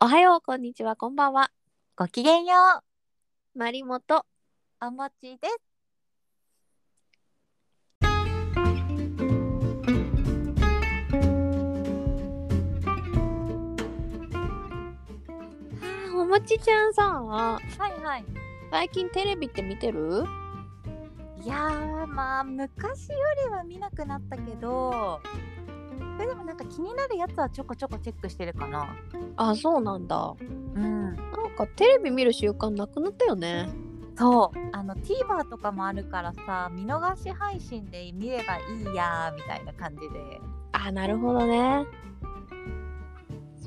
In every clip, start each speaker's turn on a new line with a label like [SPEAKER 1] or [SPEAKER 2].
[SPEAKER 1] おはよう、こんにちは、こんばんは。
[SPEAKER 2] ごきげんよ
[SPEAKER 1] う。まりもと、
[SPEAKER 2] う。おもちです。
[SPEAKER 1] あーおもちちゃんさ、
[SPEAKER 2] はいはい。
[SPEAKER 1] 最近テレビって見てる
[SPEAKER 2] いやー、まあ、昔よりは見なくなったけど。それでも、なんか気になるやつはちょこちょこチェックしてるかな。
[SPEAKER 1] あ、そうなんだ。
[SPEAKER 2] うん。
[SPEAKER 1] なんかテレビ見る習慣なくなったよね。
[SPEAKER 2] そう、あの TVer とかもあるからさ、見逃し配信で見ればいいやーみたいな感じで。
[SPEAKER 1] あ、なるほどね。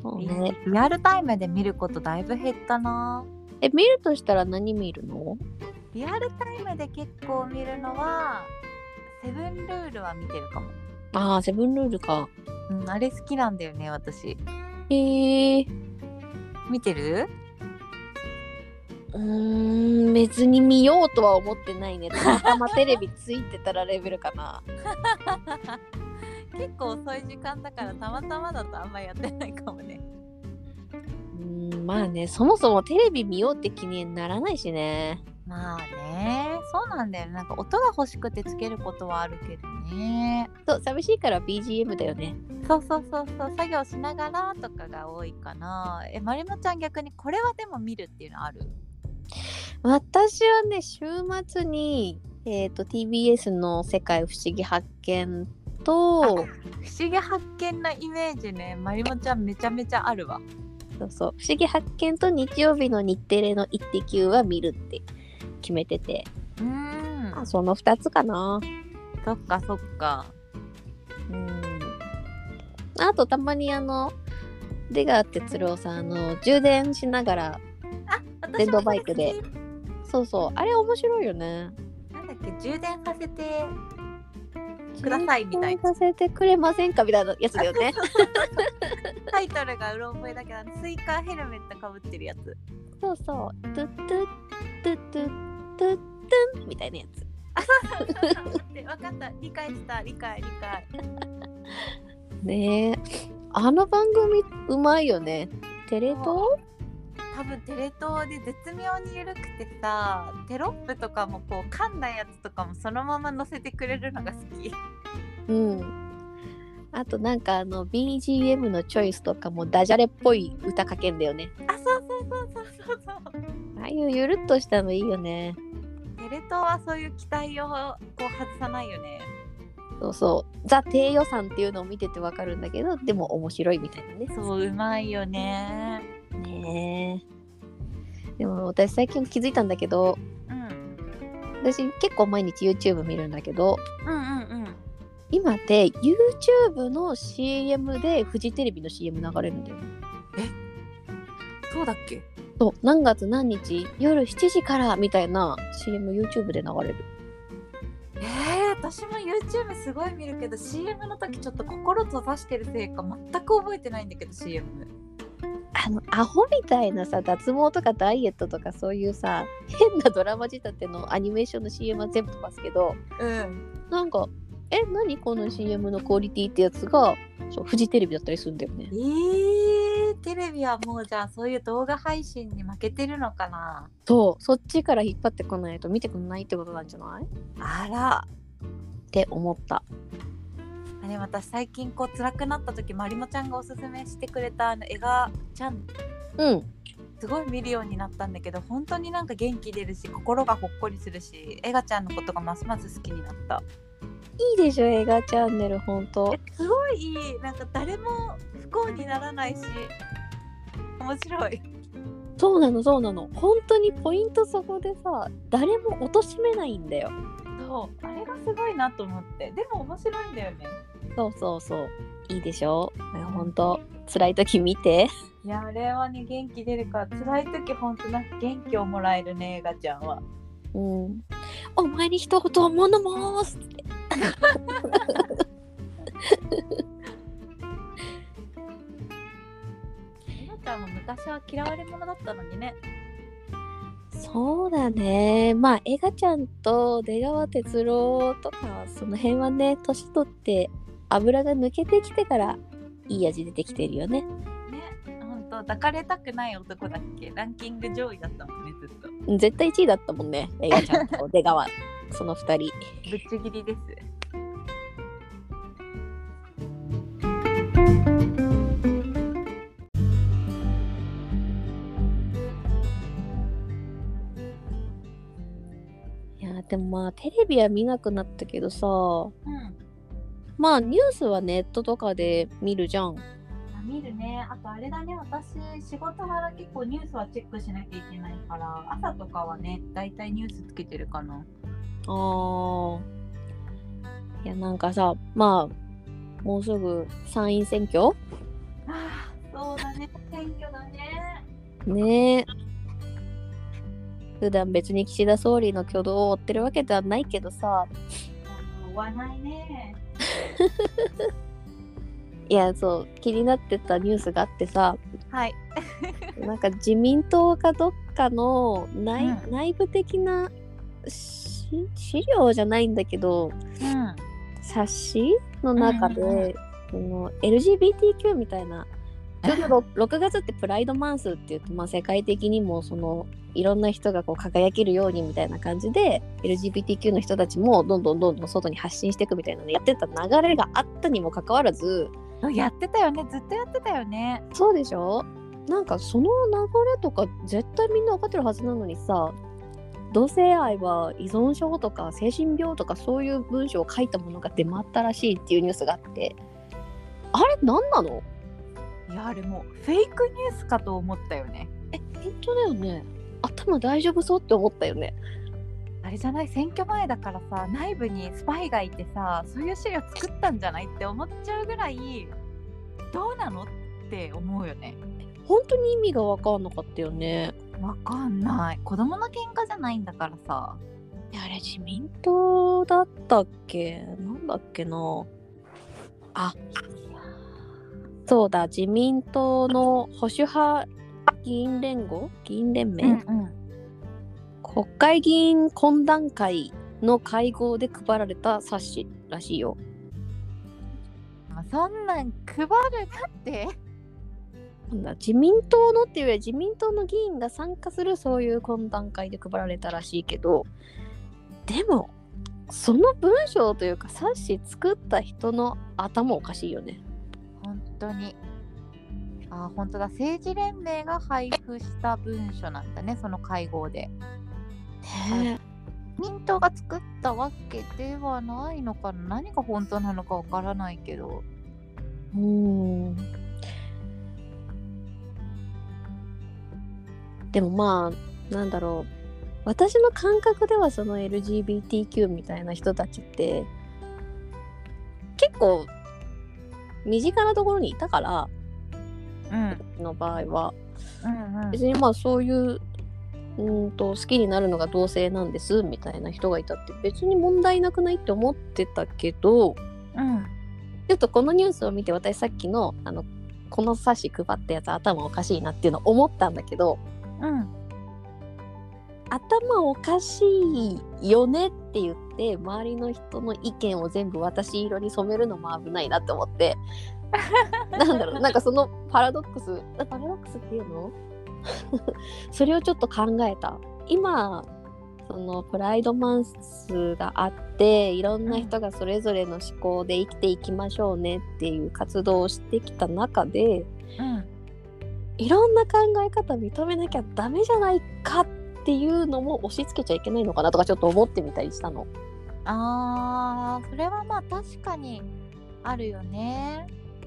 [SPEAKER 1] そうね。
[SPEAKER 2] リアルタイムで見ることだいぶ減ったな。
[SPEAKER 1] え、見るとしたら何見るの
[SPEAKER 2] リアルタイムで結構見るのは。セブンルールは見てるかも。
[SPEAKER 1] あー、セブンルールか。
[SPEAKER 2] うん、あれ好きなんだよね、私。
[SPEAKER 1] へえー。
[SPEAKER 2] 見てる。
[SPEAKER 1] うーん、別に見ようとは思ってないね。たまたまテレビついてたらレベルかな。
[SPEAKER 2] 結構遅い時間だからたまたまだとあんまやってないかもね。
[SPEAKER 1] うーん、まあね、そもそもテレビ見ようって気にならないしね。
[SPEAKER 2] まあねそうなんだよねなんか音が欲しくてつけることはあるけどね。
[SPEAKER 1] そう、寂しいから BGM だよね。
[SPEAKER 2] そうそうそうそう作業しながらとかが多いかな。えまりもちゃん逆にこれはでも見るっていうのある
[SPEAKER 1] 私はね、週末に、えっ、と、TBS の「世界不思議発見と」
[SPEAKER 2] 不思議発見なイメージねまりもちゃんめちゃめちゃあるわ。
[SPEAKER 1] そうそう、不思議発見と日曜日の日テレの「イッテ Q!」は見るって決めてて、
[SPEAKER 2] うーん
[SPEAKER 1] まあ、その2つかな。
[SPEAKER 2] そっかそっか。
[SPEAKER 1] うん。あと、たまにあの、出川哲朗さん、あの、充電しながら、
[SPEAKER 2] 私
[SPEAKER 1] 電動バイクで。そうそう、あれ面白いよね。
[SPEAKER 2] なんだっけ充電させてくださいみたいな
[SPEAKER 1] 充電させてくれませんかみたいなやつだよね。
[SPEAKER 2] タイトルがうろ覚えだけどあのスイカヘルメットかぶってるやつ。
[SPEAKER 1] そうそう。トゥットゥットゥットゥットゥットゥンみたいなやつ。
[SPEAKER 2] で分かった理解した理解理解
[SPEAKER 1] ねえ。あの番組うまいよね。テレ東
[SPEAKER 2] 多分テレ東で絶妙に緩くてさテロップとかもこう噛んだやつとかもそのまま載せてくれるのが好き
[SPEAKER 1] うん。あとなんかあの BGM のチョイスとかもダジャレっぽい歌かけんだよね。
[SPEAKER 2] あそうそうそうそうそうそう
[SPEAKER 1] ああいうゆるっとしたのいいよね。
[SPEAKER 2] テレ東はそういう期待をこう外さないよね
[SPEAKER 1] そうそう。ザ低予算っていうのを見ててわかるんだけど、でも面白いみたいなね。
[SPEAKER 2] そううまいよね
[SPEAKER 1] ねえ。でも私最近気づいたんだけど、
[SPEAKER 2] うん
[SPEAKER 1] 私結構毎日 YouTube 見るんだけど、
[SPEAKER 2] うんうんうん
[SPEAKER 1] 今で YouTube の CM でフジテレビの CM 流れるんだよ
[SPEAKER 2] そうだっけ
[SPEAKER 1] そう何月何日夜7時からみたいな CMYouTube で流れる
[SPEAKER 2] えー、私も YouTube すごい見るけど CM の時ちょっと心閉ざしてるせいか全く覚えてないんだけど CM
[SPEAKER 1] あのアホみたいなさ脱毛とかダイエットとかそういうさ変なドラマ仕立てのアニメーションの CM は全部飛ばすけど
[SPEAKER 2] うん
[SPEAKER 1] なんかえ何この CM のクオリティってやつがそうフジテレビだったりするんだよね
[SPEAKER 2] えー、テレビはもうじゃあそういう動画配信に負けてるのかな
[SPEAKER 1] そうそっちから引っ張ってこないと見てくんないってことなんじゃないっ
[SPEAKER 2] あら
[SPEAKER 1] て思った
[SPEAKER 2] あれ私最近こう辛くなった時まりもちゃんがおすすめしてくれたあの映画ちゃん
[SPEAKER 1] うん
[SPEAKER 2] すごい見るようになったんだけど本当になんか元気出るし心がほっこりするしエガちゃんのことがますます好きになった
[SPEAKER 1] いいでしょ映画チャンネルほんと
[SPEAKER 2] えすごいいいなんか誰も不幸にならないし面白い
[SPEAKER 1] そうなのそうなの本当にポイントそこでさ誰も貶としめないんだよ
[SPEAKER 2] そうあれがすごいなと思ってでも面白いんだよね
[SPEAKER 1] そうそうそういいでしょね本当辛い時見て
[SPEAKER 2] いやあれはね元気出るから辛い時ほんとなんか元気をもらえるねエガちゃんは
[SPEAKER 1] うんお前に一言物申すって
[SPEAKER 2] エガちゃんも昔は嫌われ者だったのにね
[SPEAKER 1] そうだねまあエガちゃんと出川哲朗とかその辺はね年取って油が抜けてきてからいい味出てきてるよね
[SPEAKER 2] ねほんと抱かれたくない男だっけランキング上位だったもんねずっと
[SPEAKER 1] 絶対1位だったもんね映画ちゃんと出川 その2人
[SPEAKER 2] ぶっちぎりです
[SPEAKER 1] いやーでもまあテレビは見なくなったけどさ
[SPEAKER 2] うん
[SPEAKER 1] まあニュースはネットとかで見るじゃん
[SPEAKER 2] あ見るねあとあれだね私仕事柄結構ニュースはチェックしなきゃいけないから朝とかはねだいたいニュースつけてるかな
[SPEAKER 1] あーいやなんかさまあもうすぐ参院選挙
[SPEAKER 2] あーそうだね 選挙だね
[SPEAKER 1] ねえ普段別に岸田総理の挙動を追ってるわけではないけどさ
[SPEAKER 2] あの追わないね
[SPEAKER 1] いやそう気になってたニュースがあってさ
[SPEAKER 2] はい
[SPEAKER 1] なんか自民党かどっかの内,、
[SPEAKER 2] うん
[SPEAKER 1] 内部的なし資料じゃないんだけど
[SPEAKER 2] うん
[SPEAKER 1] 冊子の中で、
[SPEAKER 2] うんうんうん
[SPEAKER 1] その LGBTQ みたいなちょう ど6月ってプライドマンスって言って、まあ、世界的にもそのいろんな人がこう輝けるようにみたいな感じで LGBTQ の人たちもどんどんどんどん外に発信していくみたいなのやってた流れがあったにもかかわらず
[SPEAKER 2] やってたよねずっとやってたよね
[SPEAKER 1] そうでしょなんかその流れとか絶対みんな分かってるはずなのにさ同性愛は依存症とか精神病とかそういう文章を書いたものが出回ったらしいっていうニュースがあってあれ何なの
[SPEAKER 2] いやあれもうフェイクニュースかと思ったよね
[SPEAKER 1] え本当だよね頭大丈夫そうって思ったよね
[SPEAKER 2] あれじゃない選挙前だからさ内部にスパイがいてさそういう資料作ったんじゃないって思っちゃうぐらいどうなのって思うよね
[SPEAKER 1] 本当に意味が分かんなかったよね
[SPEAKER 2] わかんない子供の喧嘩じゃないんだからさ
[SPEAKER 1] いやあれ自民党だったっけなんだっけなあそうだ自民党の保守派議員連合議員連盟、
[SPEAKER 2] うん
[SPEAKER 1] 国会議員懇談会の会合で配られた冊子らしいよ
[SPEAKER 2] そんなん配るなって
[SPEAKER 1] なんだ自民党のっていうより自民党の議員が参加するそういう懇談会で配られたらしいけどでもその文章というか冊子作った人の頭おかしいよね
[SPEAKER 2] 本当にあ本当だ政治連盟が配布した文書なんだねその会合で
[SPEAKER 1] ね
[SPEAKER 2] ミントが作ったわけではないのかな何が本当なのかわからないけど
[SPEAKER 1] えうんでもまあなんだろう私の感覚ではその LGBTQ みたいな人たちって結構身近なところにいたから
[SPEAKER 2] うん
[SPEAKER 1] の場合は
[SPEAKER 2] うんうん
[SPEAKER 1] 別にまあそういううーんと好きになるのが同性なんですみたいな人がいたって別に問題なくないって思ってたけど
[SPEAKER 2] うん
[SPEAKER 1] ちょっとこのニュースを見て私さっきのあのこの冊子配ったやつ頭おかしいなっていうのを思ったんだけど
[SPEAKER 2] うん
[SPEAKER 1] 頭おかしいよねって言って周りの人の意見を全部私色に染めるのも危ないなって思ってなんだろうなんかそのパラドックスあパラドックスっていうの それをちょっと考えた今そのプライドマンスがあっていろんな人がそれぞれの思考で生きていきましょうねっていう活動をしてきた中で
[SPEAKER 2] うん
[SPEAKER 1] いろんな考え方認めなきゃダメじゃないかっていうのも押し付けちゃいけないのかなとかちょっと思ってみたりしたの。
[SPEAKER 2] あーそれはまあ確かにあるよね、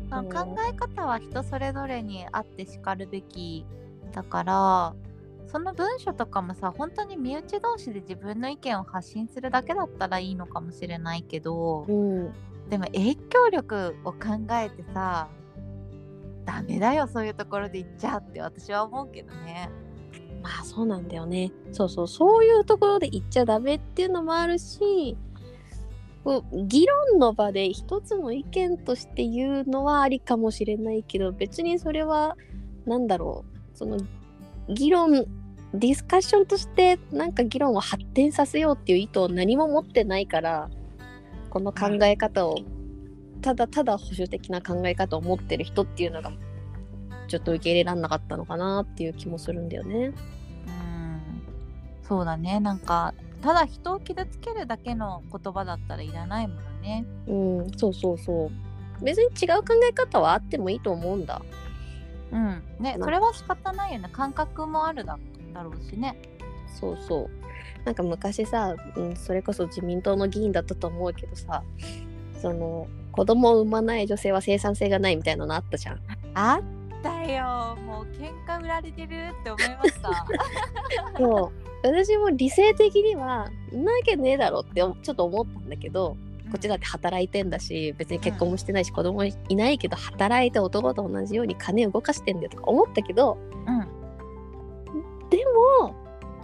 [SPEAKER 2] まあ
[SPEAKER 1] うん
[SPEAKER 2] 考え方は人それぞれにあってしかるべきだからその文書とかもさ本当に身内同士で自分の意見を発信するだけだったらいいのかもしれないけど、
[SPEAKER 1] うん、
[SPEAKER 2] でも影響力を考えてさダメだよそういうところで言っちゃって私は思うけどね
[SPEAKER 1] まあそうなんだよね。そうそうそういうところで言っちゃダメっていうのもあるしこう議論の場で一つの意見として言うのはありかもしれないけど別にそれは何だろうその議論ディスカッションとしてなんか議論を発展させようっていう意図を何も持ってないからこの考え方をただただ保守的な考え方を持ってる人っていうのがちょっと受け入れられなかったのかなっていう気もするんだよね。
[SPEAKER 2] うんそうだねなんかただ人を傷つけるだけの言葉だったらいらないものね
[SPEAKER 1] うん、そうそうそう。別に違う考え方はあってもいいと思うんだ。
[SPEAKER 2] うんね
[SPEAKER 1] うん
[SPEAKER 2] それは仕方ないよね感覚もあるだだろうしね
[SPEAKER 1] そうそう。なんか昔さ、うん、それこそ自民党の議員だったと思うけどさ、その子供を産まない女性は生産性がないみたいなのあったじゃん。
[SPEAKER 2] あったよもう喧嘩売られてるって思いました
[SPEAKER 1] そう私も理性的にはんなわけねえだろっておちょっと思ったんだけどこっちだって働いてんだし別に結婚もしてないし子供いないけど働いて男と同じように金動かしてんだよとか思ったけど
[SPEAKER 2] うん
[SPEAKER 1] でも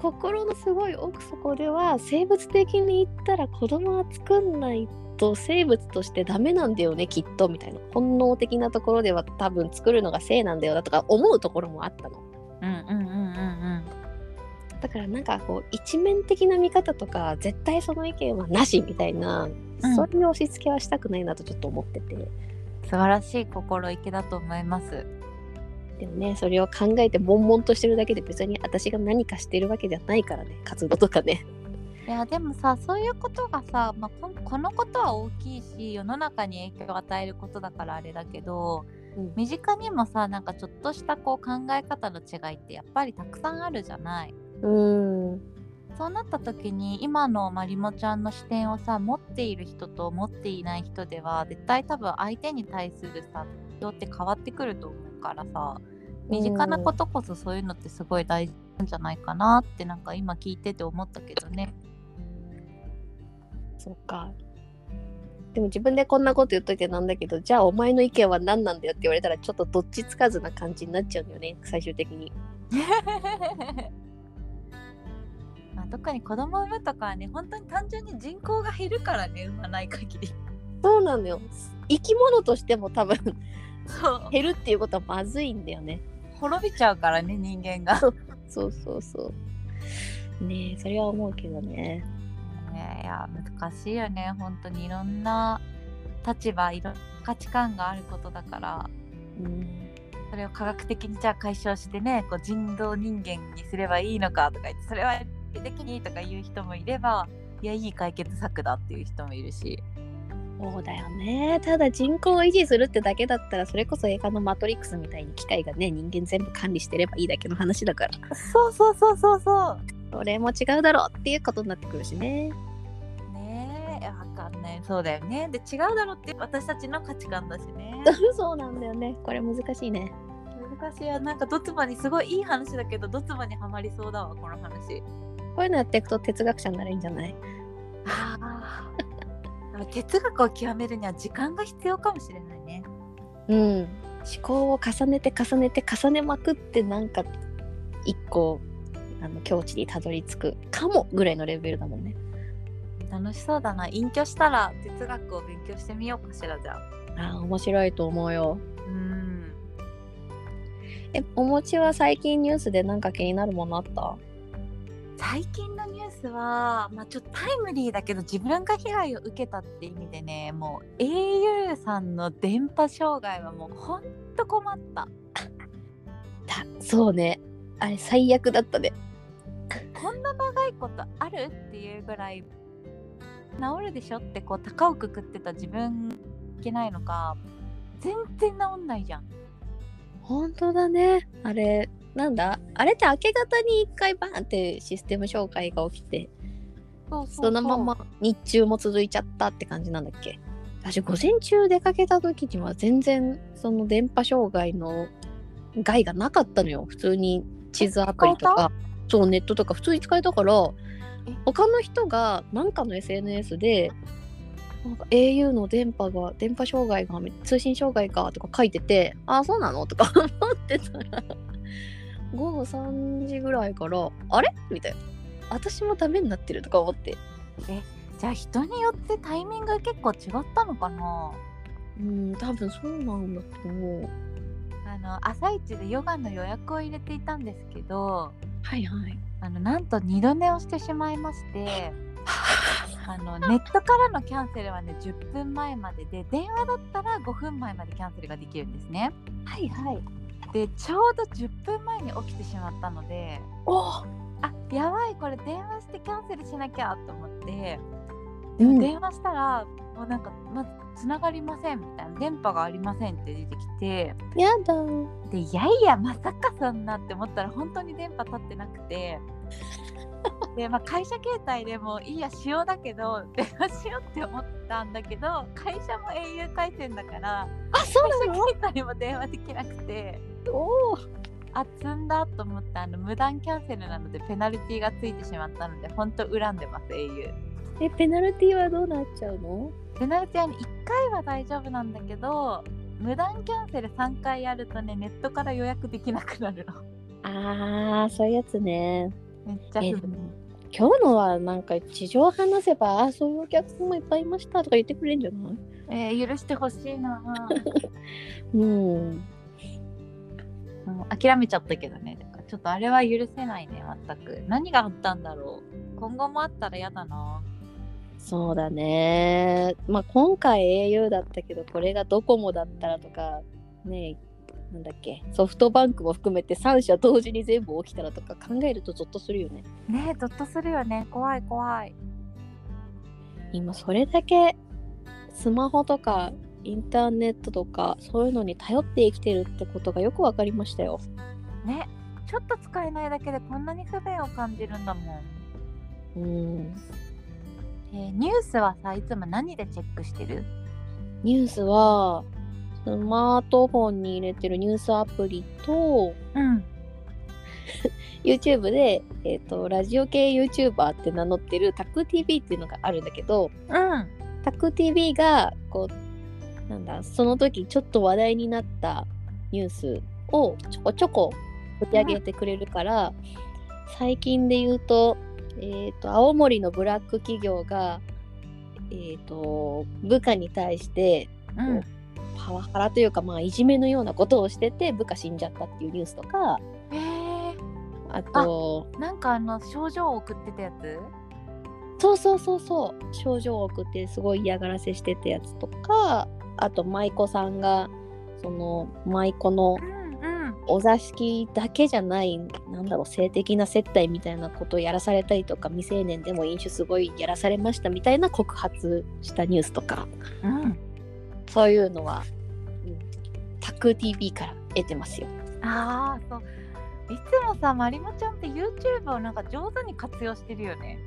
[SPEAKER 1] 心のすごい奥底では生物的に言ったら子供は作んないと生物としてダメなんだよねきっとみたいな本能的なところでは多分作るのが性なんだよなとか思うところもあったの。
[SPEAKER 2] うんうんうんうん
[SPEAKER 1] だからなんかこう一面的な見方とか絶対その意見はなしみたいな、
[SPEAKER 2] うん
[SPEAKER 1] そういう押し付けはしたくないなとちょっと思ってて
[SPEAKER 2] 素晴らしい心意気だと思います
[SPEAKER 1] でもねそれを考えて悶々としてるだけで別に私が何かしてるわけじゃないからね活動とかね。
[SPEAKER 2] いやでもさそういうことがさ、まあ、こんこのことは大きいし世の中に影響を与えることだからあれだけど
[SPEAKER 1] うん
[SPEAKER 2] 身近にもさなんかちょっとしたこう考え方の違いってやっぱりたくさんあるじゃない
[SPEAKER 1] うん
[SPEAKER 2] そうなった時に今のまりもちゃんの視点をさ持っている人と持っていない人では絶対多分相手に対するさ人って変わってくると思うからさ身近なことこそそういうのってすごい大事なんじゃないかなってなんか今聞いてて思ったけど ね。
[SPEAKER 1] そうかでも自分でこんなこと言っといてなんだけどじゃあお前の意見は何なんだよって言われたらちょっとどっちつかずな感じになっちゃうんだよね最終的に。
[SPEAKER 2] まあ、特に子供を産むとかはね本当に単純に人口が減るからね産まない限り
[SPEAKER 1] そうなのよ生き物としても多分
[SPEAKER 2] そう
[SPEAKER 1] 減るっていうことはまずいんだよね。
[SPEAKER 2] 滅びちゃうからね人間が
[SPEAKER 1] そうそうそう。ねえ、それは思うけどね。
[SPEAKER 2] いやいや難しいよね本当にいろんな立場いろんな価値観があることだから
[SPEAKER 1] うん。
[SPEAKER 2] それを科学的にじゃあ解消してねこう人道人間にすればいいのかとか言ってそれは一時的にとか言う人もいればいやいい解決策だっていう人もいるし
[SPEAKER 1] そうだよね。ただ人口を維持するってだけだったら、それこそ映画のマトリックスみたいに機械がね、人間全部管理してればいいだけの話だから。
[SPEAKER 2] そうそうそうそうそう
[SPEAKER 1] それも違うだろうっていうことになってくるしね。
[SPEAKER 2] ねえわかんないそうだよねで違うだろうって私たちの価値観だしね
[SPEAKER 1] そうなんだよね。これ難しいね。
[SPEAKER 2] 難しいよなんかどつまにすごいいい話だけどどつまにはまりそうだわこの話
[SPEAKER 1] こういうのやっていくと哲学者になれるんじゃない
[SPEAKER 2] あ あ哲学を極めるには時間が必要かもしれないね
[SPEAKER 1] うん。思考を重ねて重ねて重ねまくって、なんか、一個、あの境地にたどり着くかもぐらいのレベルだもんね。
[SPEAKER 2] 楽しそうだな隠居したら哲学を勉強してみようかしらじゃあ
[SPEAKER 1] あー面白いと思うよ。
[SPEAKER 2] うん
[SPEAKER 1] え、お餅は最近ニュースでなんか気になるものあった
[SPEAKER 2] 最近のニュースは、まあ、ちょっとタイムリーだけど自分が被害を受けたって意味でねもう au さんの電波障害はもうほんと困った
[SPEAKER 1] だそうね。あれ最悪だったね。
[SPEAKER 2] こんな長いことあるっていうぐらい治るでしょってこう高をくくってた自分いけないのか全然治んないじゃん
[SPEAKER 1] 本当だね。あれ、なんだあれって明け方に一回バーンってシステム障害が起きて、
[SPEAKER 2] そう
[SPEAKER 1] そのまま日中も続いちゃったって感じなんだっけ私、午前中出かけた時には全然その電波障害の害がなかったのよ。普通に地図アプリと
[SPEAKER 2] 使
[SPEAKER 1] か、そう、ネットとか普通に使えたから
[SPEAKER 2] え、
[SPEAKER 1] 他の人がなんかの SNS で、なんか au の電波が電波障害が通信障害かとか書いててああそうなのとか 思ってたら午後3時ぐらいからあれみたいな私もダメになってるとか思って
[SPEAKER 2] じゃあ人によってタイミングが結構違ったのかな
[SPEAKER 1] うん多分そうなんだと思う
[SPEAKER 2] あの朝一でヨガの予約を入れていたんですけど
[SPEAKER 1] はいはい
[SPEAKER 2] あのなんと二度寝をしてしまいましてあのネットからのキャンセルはね10分前までで電話だったら5分前までキャンセルができるんですね。
[SPEAKER 1] はいはい
[SPEAKER 2] でちょうど10分前に起きてしまったので
[SPEAKER 1] お
[SPEAKER 2] あやばいこれ電話してキャンセルしなきゃと思って
[SPEAKER 1] う
[SPEAKER 2] でも
[SPEAKER 1] ん、
[SPEAKER 2] 電話したら、もうなんかまつながりませんみたいな電波がありませんって出てきて
[SPEAKER 1] やだ
[SPEAKER 2] でいやいやまさかそんなって思ったら本当に電波立ってなくてで、まあ、会社携帯でもいいやしようだけど電話しようって思ったんだけど会社も au 回線だから
[SPEAKER 1] あそう
[SPEAKER 2] 会社携帯も電話できなくて。
[SPEAKER 1] おー
[SPEAKER 2] あ積んだと思ってあの無断キャンセルなのでペナルティがついてしまったので本当恨んでます au
[SPEAKER 1] えペナルティはどうなっちゃうの
[SPEAKER 2] ペナルティは1回は大丈夫なんだけど無断キャンセル3回やるとねネットから予約できなくなるの
[SPEAKER 1] あーそういうやつね
[SPEAKER 2] めっちゃ
[SPEAKER 1] え
[SPEAKER 2] 不
[SPEAKER 1] で
[SPEAKER 2] 便
[SPEAKER 1] も今日のはなんか地上話せばあーそういうお客様いっぱいいましたとか言ってくれるんじゃない
[SPEAKER 2] えー許してほしいな
[SPEAKER 1] うん
[SPEAKER 2] もう諦めちゃったけどねちょっとあれは許せないね全く何があったんだろう今後もあったら嫌だな
[SPEAKER 1] そうだねまあ今回 au だったけどこれがドコモだったらとかねなんだっけソフトバンクも含めて3社同時に全部起きたらとか考えるとゾッとするよね
[SPEAKER 2] ねえゾッとするよね怖い怖い
[SPEAKER 1] 今それだけスマホとかインターネットとかそういうのに頼って生きてるってことがよく分かりましたよ
[SPEAKER 2] ねちょっと使えないだけでこんなに不便を感じるんだもん
[SPEAKER 1] うん
[SPEAKER 2] えーニュースはさいつも何でチェックしてる
[SPEAKER 1] ニュースはスマートフォンに入れてるニュースアプリと
[SPEAKER 2] うん。
[SPEAKER 1] YouTube で、えー、とラジオ系 YouTuber って名乗ってるタク TV っていうのがあるんだけど
[SPEAKER 2] うん。
[SPEAKER 1] タク TV がこうなんだその時ちょっと話題になったニュースをちょこちょこ取り上げてくれるから、最近で言うと,、えー、と青森のブラック企業が、えー、と部下に対して
[SPEAKER 2] うん。
[SPEAKER 1] パワハラというか、まあ、いじめのようなことをしてて部下死んじゃったっていうニュースとか
[SPEAKER 2] へえ
[SPEAKER 1] あと
[SPEAKER 2] なんかあの症状を送ってたやつ
[SPEAKER 1] そうそうそうそう症状を送ってすごい嫌がらせしてたやつとかあと舞妓さんがその舞妓の
[SPEAKER 2] うんうん。
[SPEAKER 1] お座敷だけじゃないなんだろう性的な接待みたいなことをやらされたりとか未成年でも飲酒すごいやらされましたみたいな告発したニュースとか
[SPEAKER 2] うん。
[SPEAKER 1] そういうのは、うん、タク TV から得てますよ。
[SPEAKER 2] ああ、そう。いつもさ、まりもちゃんって YouTube をなんか上手に活用してるよね。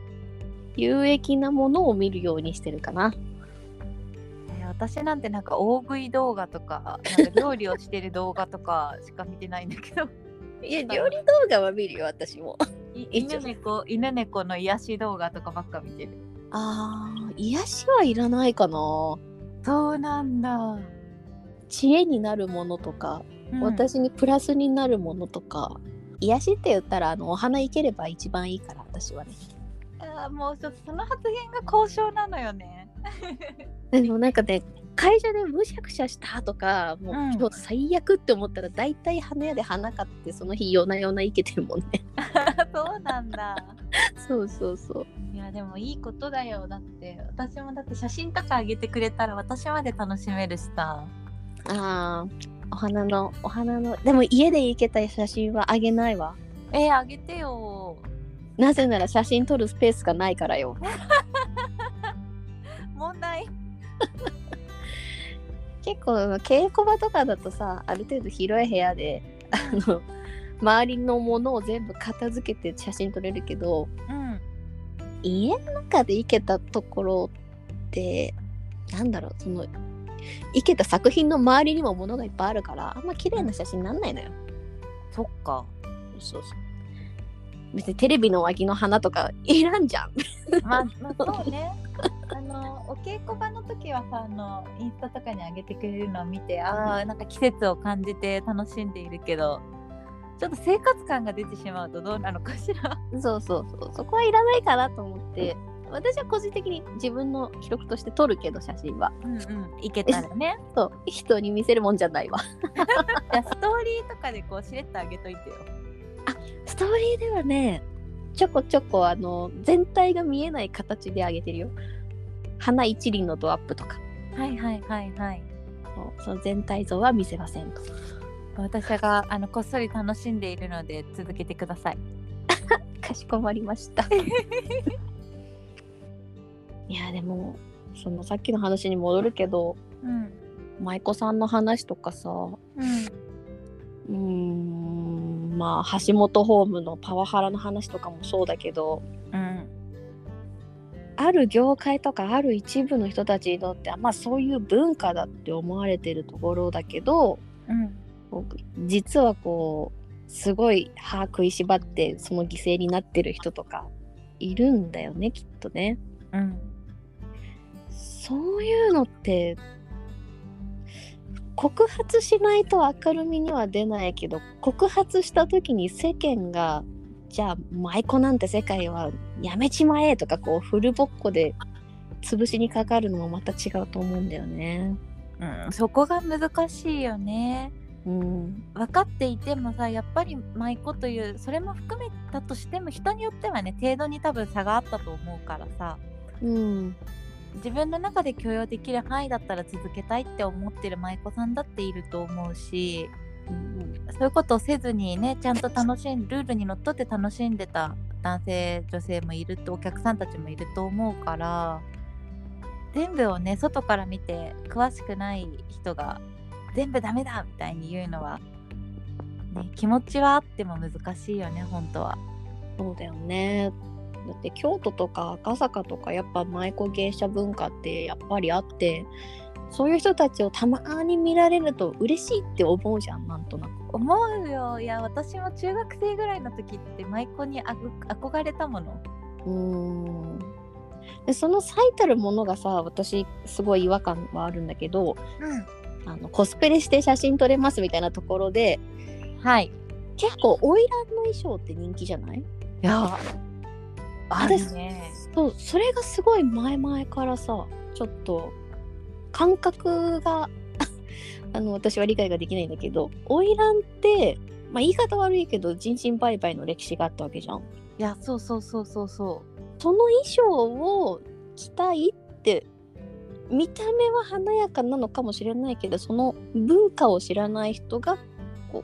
[SPEAKER 1] 有益なものを見るようにしてるかな。
[SPEAKER 2] えー私なんてなんか大食い動画とか、なんか料理をしてる動画と かしか見てないんだけど。
[SPEAKER 1] いや
[SPEAKER 2] 料理
[SPEAKER 1] 動画は見るよ私も。
[SPEAKER 2] い
[SPEAKER 1] 一
[SPEAKER 2] 犬
[SPEAKER 1] 応
[SPEAKER 2] 猫、犬猫の癒し動画とかばっか見てる。
[SPEAKER 1] ああ癒しはいらないかな。
[SPEAKER 2] そうなんだ。
[SPEAKER 1] 知恵になるものとか、
[SPEAKER 2] うん、
[SPEAKER 1] 私にプラスになるものとか癒しって言ったらあのお花いければ一番いいから私はね。
[SPEAKER 2] あーもうちょっとその発言が交渉なのよね。
[SPEAKER 1] でもなんかね会社でむしゃくしゃしたとかもう、
[SPEAKER 2] うん
[SPEAKER 1] 今日最悪って思ったら大体花屋で花買ってその日夜な夜な行けてるもんね。
[SPEAKER 2] そうなんだ。
[SPEAKER 1] そうそうそう。
[SPEAKER 2] いやでもいいことだよだって私もだって写真とかあげてくれたら私まで楽しめるしさ
[SPEAKER 1] ああお花のお花のでも家で行けた写真はあげないわ。
[SPEAKER 2] えー、あげてよ
[SPEAKER 1] なぜなら写真撮るスペースがないからよ。
[SPEAKER 2] 問題
[SPEAKER 1] 結構あの稽古場とかだとさある程度広い部屋であの周りのものを全部片付けて写真撮れるけど
[SPEAKER 2] うん
[SPEAKER 1] 家の中で生けたところってなんだろうその生けた作品の周りにも物がいっぱいあるからあんま綺麗な写真になんないのよ。
[SPEAKER 2] そっか
[SPEAKER 1] そうそう別にテレビの脇の花とかいらんじゃん。
[SPEAKER 2] まあまあそうね あのお稽古場の時はさあのインスタとかにあげてくれるのを見てあーなんか季節を感じて楽しんでいるけどちょっと生活感が出てしまうとどうなのかしら
[SPEAKER 1] そうそうそうそこはいらないかなと思って私は個人的に自分の記録として撮るけど写真は
[SPEAKER 2] うんうんいけたら ね
[SPEAKER 1] そう人に見せるもんじゃないわ。
[SPEAKER 2] じゃあストーリーとかでこうしれっとあげといてよ
[SPEAKER 1] ストーリーではねちょこちょこあの全体が見えない形で上げてるよ花一輪のドアップとか
[SPEAKER 2] はいはいはいはい
[SPEAKER 1] そうその全体像は見せませんと
[SPEAKER 2] 私があのこっそり楽しんでいるので続けてください。
[SPEAKER 1] かしこまりましたいやでもそのさっきの話に戻るけど
[SPEAKER 2] うん。
[SPEAKER 1] 舞妓さんの話とかさ
[SPEAKER 2] うん。
[SPEAKER 1] うーんまあ橋本ホームのパワハラの話とかもそうだけど
[SPEAKER 2] うん。
[SPEAKER 1] ある業界とかある一部の人たちにとってはまあそういう文化だって思われてるところだけど
[SPEAKER 2] うん。
[SPEAKER 1] こう実はこうすごい歯食いしばってその犠牲になってる人とかいるんだよねきっとね。
[SPEAKER 2] うん。
[SPEAKER 1] そういうのって告発しないと明るみには出ないけど告発した時に世間がじゃあ舞妓なんて世界はやめちまえとかこうフルボッコで潰しにかかるのもまた違うと思うんだよね。
[SPEAKER 2] うん。そこが難しいよね。
[SPEAKER 1] うん、
[SPEAKER 2] 分かっていてもさやっぱり舞妓というそれも含めたとしても人によってはね程度に多分差があったと思うからさ
[SPEAKER 1] うん、
[SPEAKER 2] 自分の中で許容できる範囲だったら続けたいって思ってる舞妓さんだっていると思うしそういうことをせずにねちゃんと楽しんルールにのっとって楽しんでた男性女性もいるとお客さんたちもいると思うから全部をね外から見て詳しくない人が全部ダメだみたいに言うのは、ね、気持ちはあっても難しいよね本当は。
[SPEAKER 1] そうだよね。だって京都とか赤坂とかやっぱ舞妓芸者文化ってやっぱりあってそういう人たちをたまに見られると嬉しいって思うじゃんなんとなく。
[SPEAKER 2] 思うよいや私も中学生ぐらいの時って舞妓にあぐ憧れたもの。
[SPEAKER 1] うーんでその最たるものがさ私すごい違和感はあるんだけどあのコスプレして写真撮れますみたいなところで
[SPEAKER 2] はい。い
[SPEAKER 1] 結構花魁の衣装って人気じゃない
[SPEAKER 2] やあるね。
[SPEAKER 1] そうそれがすごい前々からさちょっと感覚が あの私は理解ができないんだけど花魁って、まあ、言い方悪いけど人身売買の歴史があったわけじゃん。
[SPEAKER 2] いやそうそうそうそうそう。
[SPEAKER 1] その衣装を着たいって見た目は華やかなのかもしれないけどその文化を知らない人がこう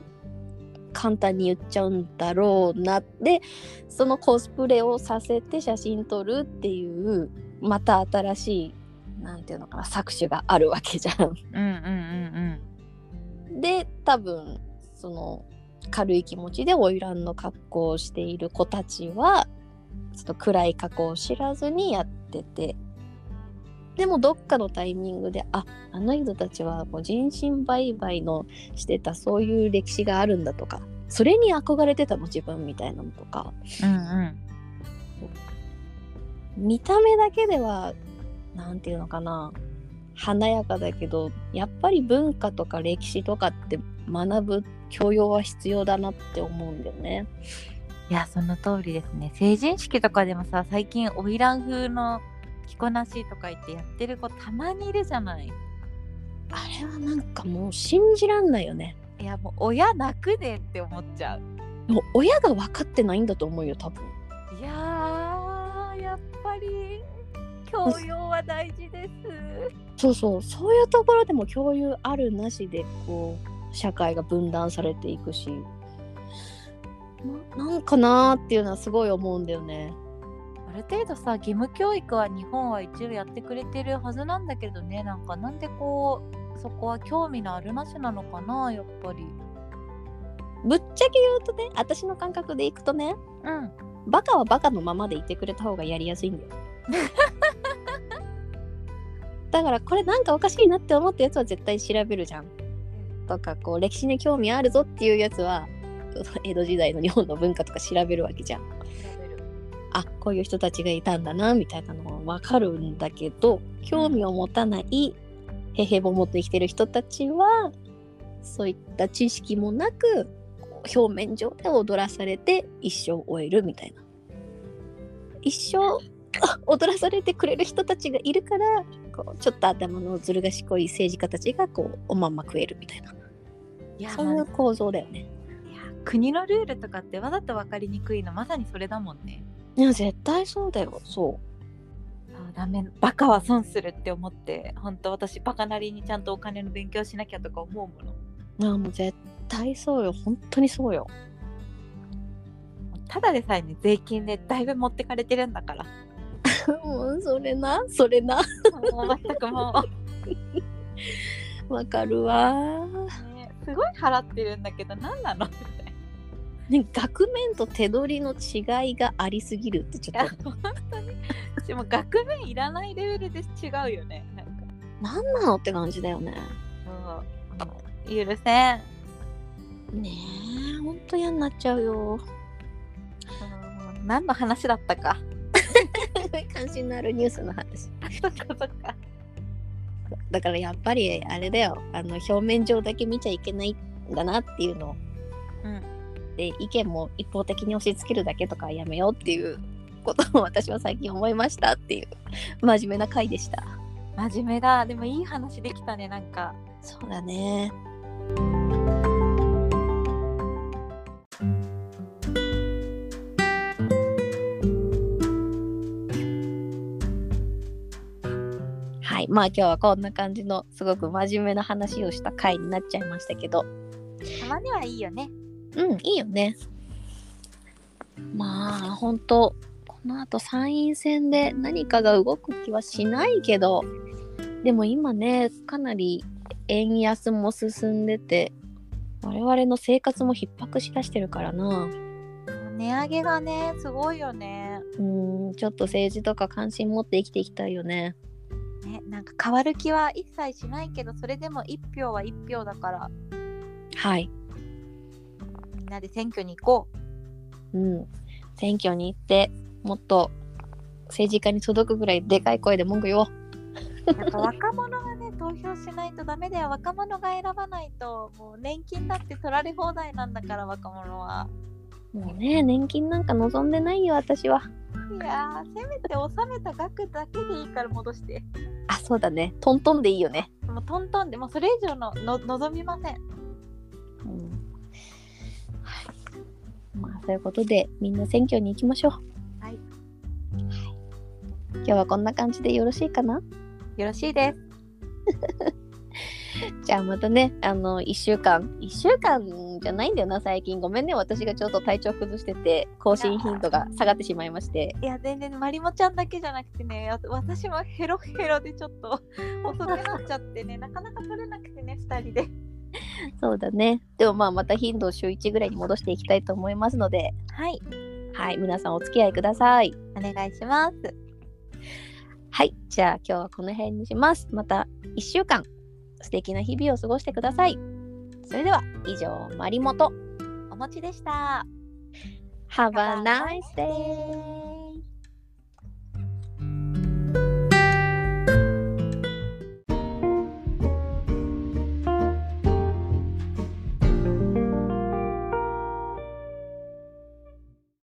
[SPEAKER 1] 簡単に言っちゃうんだろうなってそのコスプレをさせて写真撮るっていうまた新しいなんていうのかな搾取があるわけじゃん。
[SPEAKER 2] うんうんうん
[SPEAKER 1] で多分その軽い気持ちで花魁の格好をしている子たちはちょっと暗い過去を知らずにやっててでもどっかのタイミングでああの人たちはもう人身売買のしてたそういう歴史があるんだとかそれに憧れてたの自分みたいなのとか
[SPEAKER 2] うんうん
[SPEAKER 1] 見た目だけでは何て言うのかな華やかだけどやっぱり文化とか歴史とかって学ぶ教養は必要だなって思うんだよね。
[SPEAKER 2] いやその通りですね成人式とかでもさ最近花魁風の着こなしとか言ってやってる子たまにいるじゃない
[SPEAKER 1] あれはなんかもう信じらんないよね。
[SPEAKER 2] いやもう親泣くでって思っちゃう
[SPEAKER 1] もう親が分かってないんだと思うよ多分。
[SPEAKER 2] いやーやっぱり教養は大事です
[SPEAKER 1] そうそうそういうところでも共有あるなしでこう社会が分断されていくしななんかなーっていうのはすごい思うんだよね。
[SPEAKER 2] ある程度さ義務教育は日本は一応やってくれてるはずなんだけどねなんかなんでこうそこは興味のあるなしなのかなやっぱり
[SPEAKER 1] ぶっちゃけ言うとね私の感覚でいくとね
[SPEAKER 2] うん
[SPEAKER 1] バカはバカのままでいてくれた方がやりやすいんだよ。だからこれなんかおかしいなって思ったやつは絶対調べるじゃん。とかこう歴史に興味あるぞっていうやつは 江戸時代の日本の文化とか調べるわけじゃん。あこういう人たちがいたんだなみたいなのは分かるんだけど興味を持たないへへぼもって生きてる人たちはそういった知識もなくこう表面上で踊らされて一生を終えるみたいな一生 踊らされてくれる人たちがいるからこうちょっと頭のずる賢い政治家たちがこうおまんま食えるみたいない
[SPEAKER 2] や
[SPEAKER 1] そういう構造だよね。
[SPEAKER 2] いや国のルールとかってわざと分かりにくいのまさにそれだもんね
[SPEAKER 1] いや絶対そうだよそう。
[SPEAKER 2] あダメバカは損するって思って本当私バカなりにちゃんとお金の勉強しなきゃとか思うもの
[SPEAKER 1] あもう絶対そうよ本当にそうよ
[SPEAKER 2] ただでさえね税金でだいぶ持ってかれてるんだから
[SPEAKER 1] もうそれなそれな
[SPEAKER 2] もう全くも
[SPEAKER 1] わかるわ
[SPEAKER 2] う、 ねすごい払ってるんだけど何なのみたいな
[SPEAKER 1] ね額面と手取りの違いがありすぎるってちょ
[SPEAKER 2] い
[SPEAKER 1] っ
[SPEAKER 2] や
[SPEAKER 1] と
[SPEAKER 2] 本当にでも額面いらないレベルで違うよねなんか
[SPEAKER 1] 何なのって感じだよね
[SPEAKER 2] もう許せん
[SPEAKER 1] ねえほんと嫌になっちゃうよ
[SPEAKER 2] うん何の話だったか
[SPEAKER 1] 関心のあるニュースの話
[SPEAKER 2] そっかそっか
[SPEAKER 1] だからやっぱりあれだよあの表面上だけ見ちゃいけないんだなっていうの
[SPEAKER 2] うん
[SPEAKER 1] で意見も一方的に押し付けるだけとかはやめようっていうことを私は最近思いましたっていう真面目な回でした
[SPEAKER 2] 真面目だでもいい話できたねなんか
[SPEAKER 1] そうだねはいまあ今日はこんな感じのすごく真面目な話をした回になっちゃいましたけど
[SPEAKER 2] たまにはいいよね
[SPEAKER 1] うん、いいよね。まあ、本当この後参院選で何かが動く気はしないけど、でも今ね、かなり円安も進んでて、我々の生活も逼迫しだしてるからな。
[SPEAKER 2] 値上げがねすごいよね
[SPEAKER 1] うん、ちょっと政治とか関心持って生きていきたいよね。
[SPEAKER 2] ねなんか変わる気は一切しないけどそれでも一票は一票だから
[SPEAKER 1] はい。
[SPEAKER 2] みんなで選挙に行こう
[SPEAKER 1] うん。選挙に行って、もっと政治家に届くぐらいでかい声で文句言おう。
[SPEAKER 2] なんか若者がね 投票しないとダメだよ若者が選ばないともう年金だって取られ放題なんだから若者は
[SPEAKER 1] もうね、年金なんか望んでないよ、私は。
[SPEAKER 2] いやーせめて納めた額だけでいいから戻して
[SPEAKER 1] あそうだねトントンでいいよね、
[SPEAKER 2] もうトントンでもうそれ以上のの望みません
[SPEAKER 1] はい、まあそういうことでみんな選挙に行きましょう
[SPEAKER 2] はい
[SPEAKER 1] 今日はこんな感じでよろしいかな
[SPEAKER 2] よろしいです
[SPEAKER 1] じゃあまたねあの1週間1週間じゃないんだよな最近ごめんね私がちょっと体調崩してて更新頻度が下がってしまいまして
[SPEAKER 2] いや全然まりもちゃんだけじゃなくてねわ私もヘロヘロでちょっと遅くなっちゃってねなかなか取れなくてね2人で
[SPEAKER 1] そうだねでもまあまた頻度を週1ぐらいに戻していきたいと思いますので
[SPEAKER 2] はい
[SPEAKER 1] はい皆さんお付き合いください
[SPEAKER 2] お願いします
[SPEAKER 1] はいじゃあ今日はこの辺にしますまた1週間素敵な日々を過ごしてくださいそれでは以上マリモと
[SPEAKER 2] お持ちでした
[SPEAKER 1] Have
[SPEAKER 2] Have
[SPEAKER 1] a
[SPEAKER 2] a
[SPEAKER 1] nice
[SPEAKER 2] nice
[SPEAKER 1] day!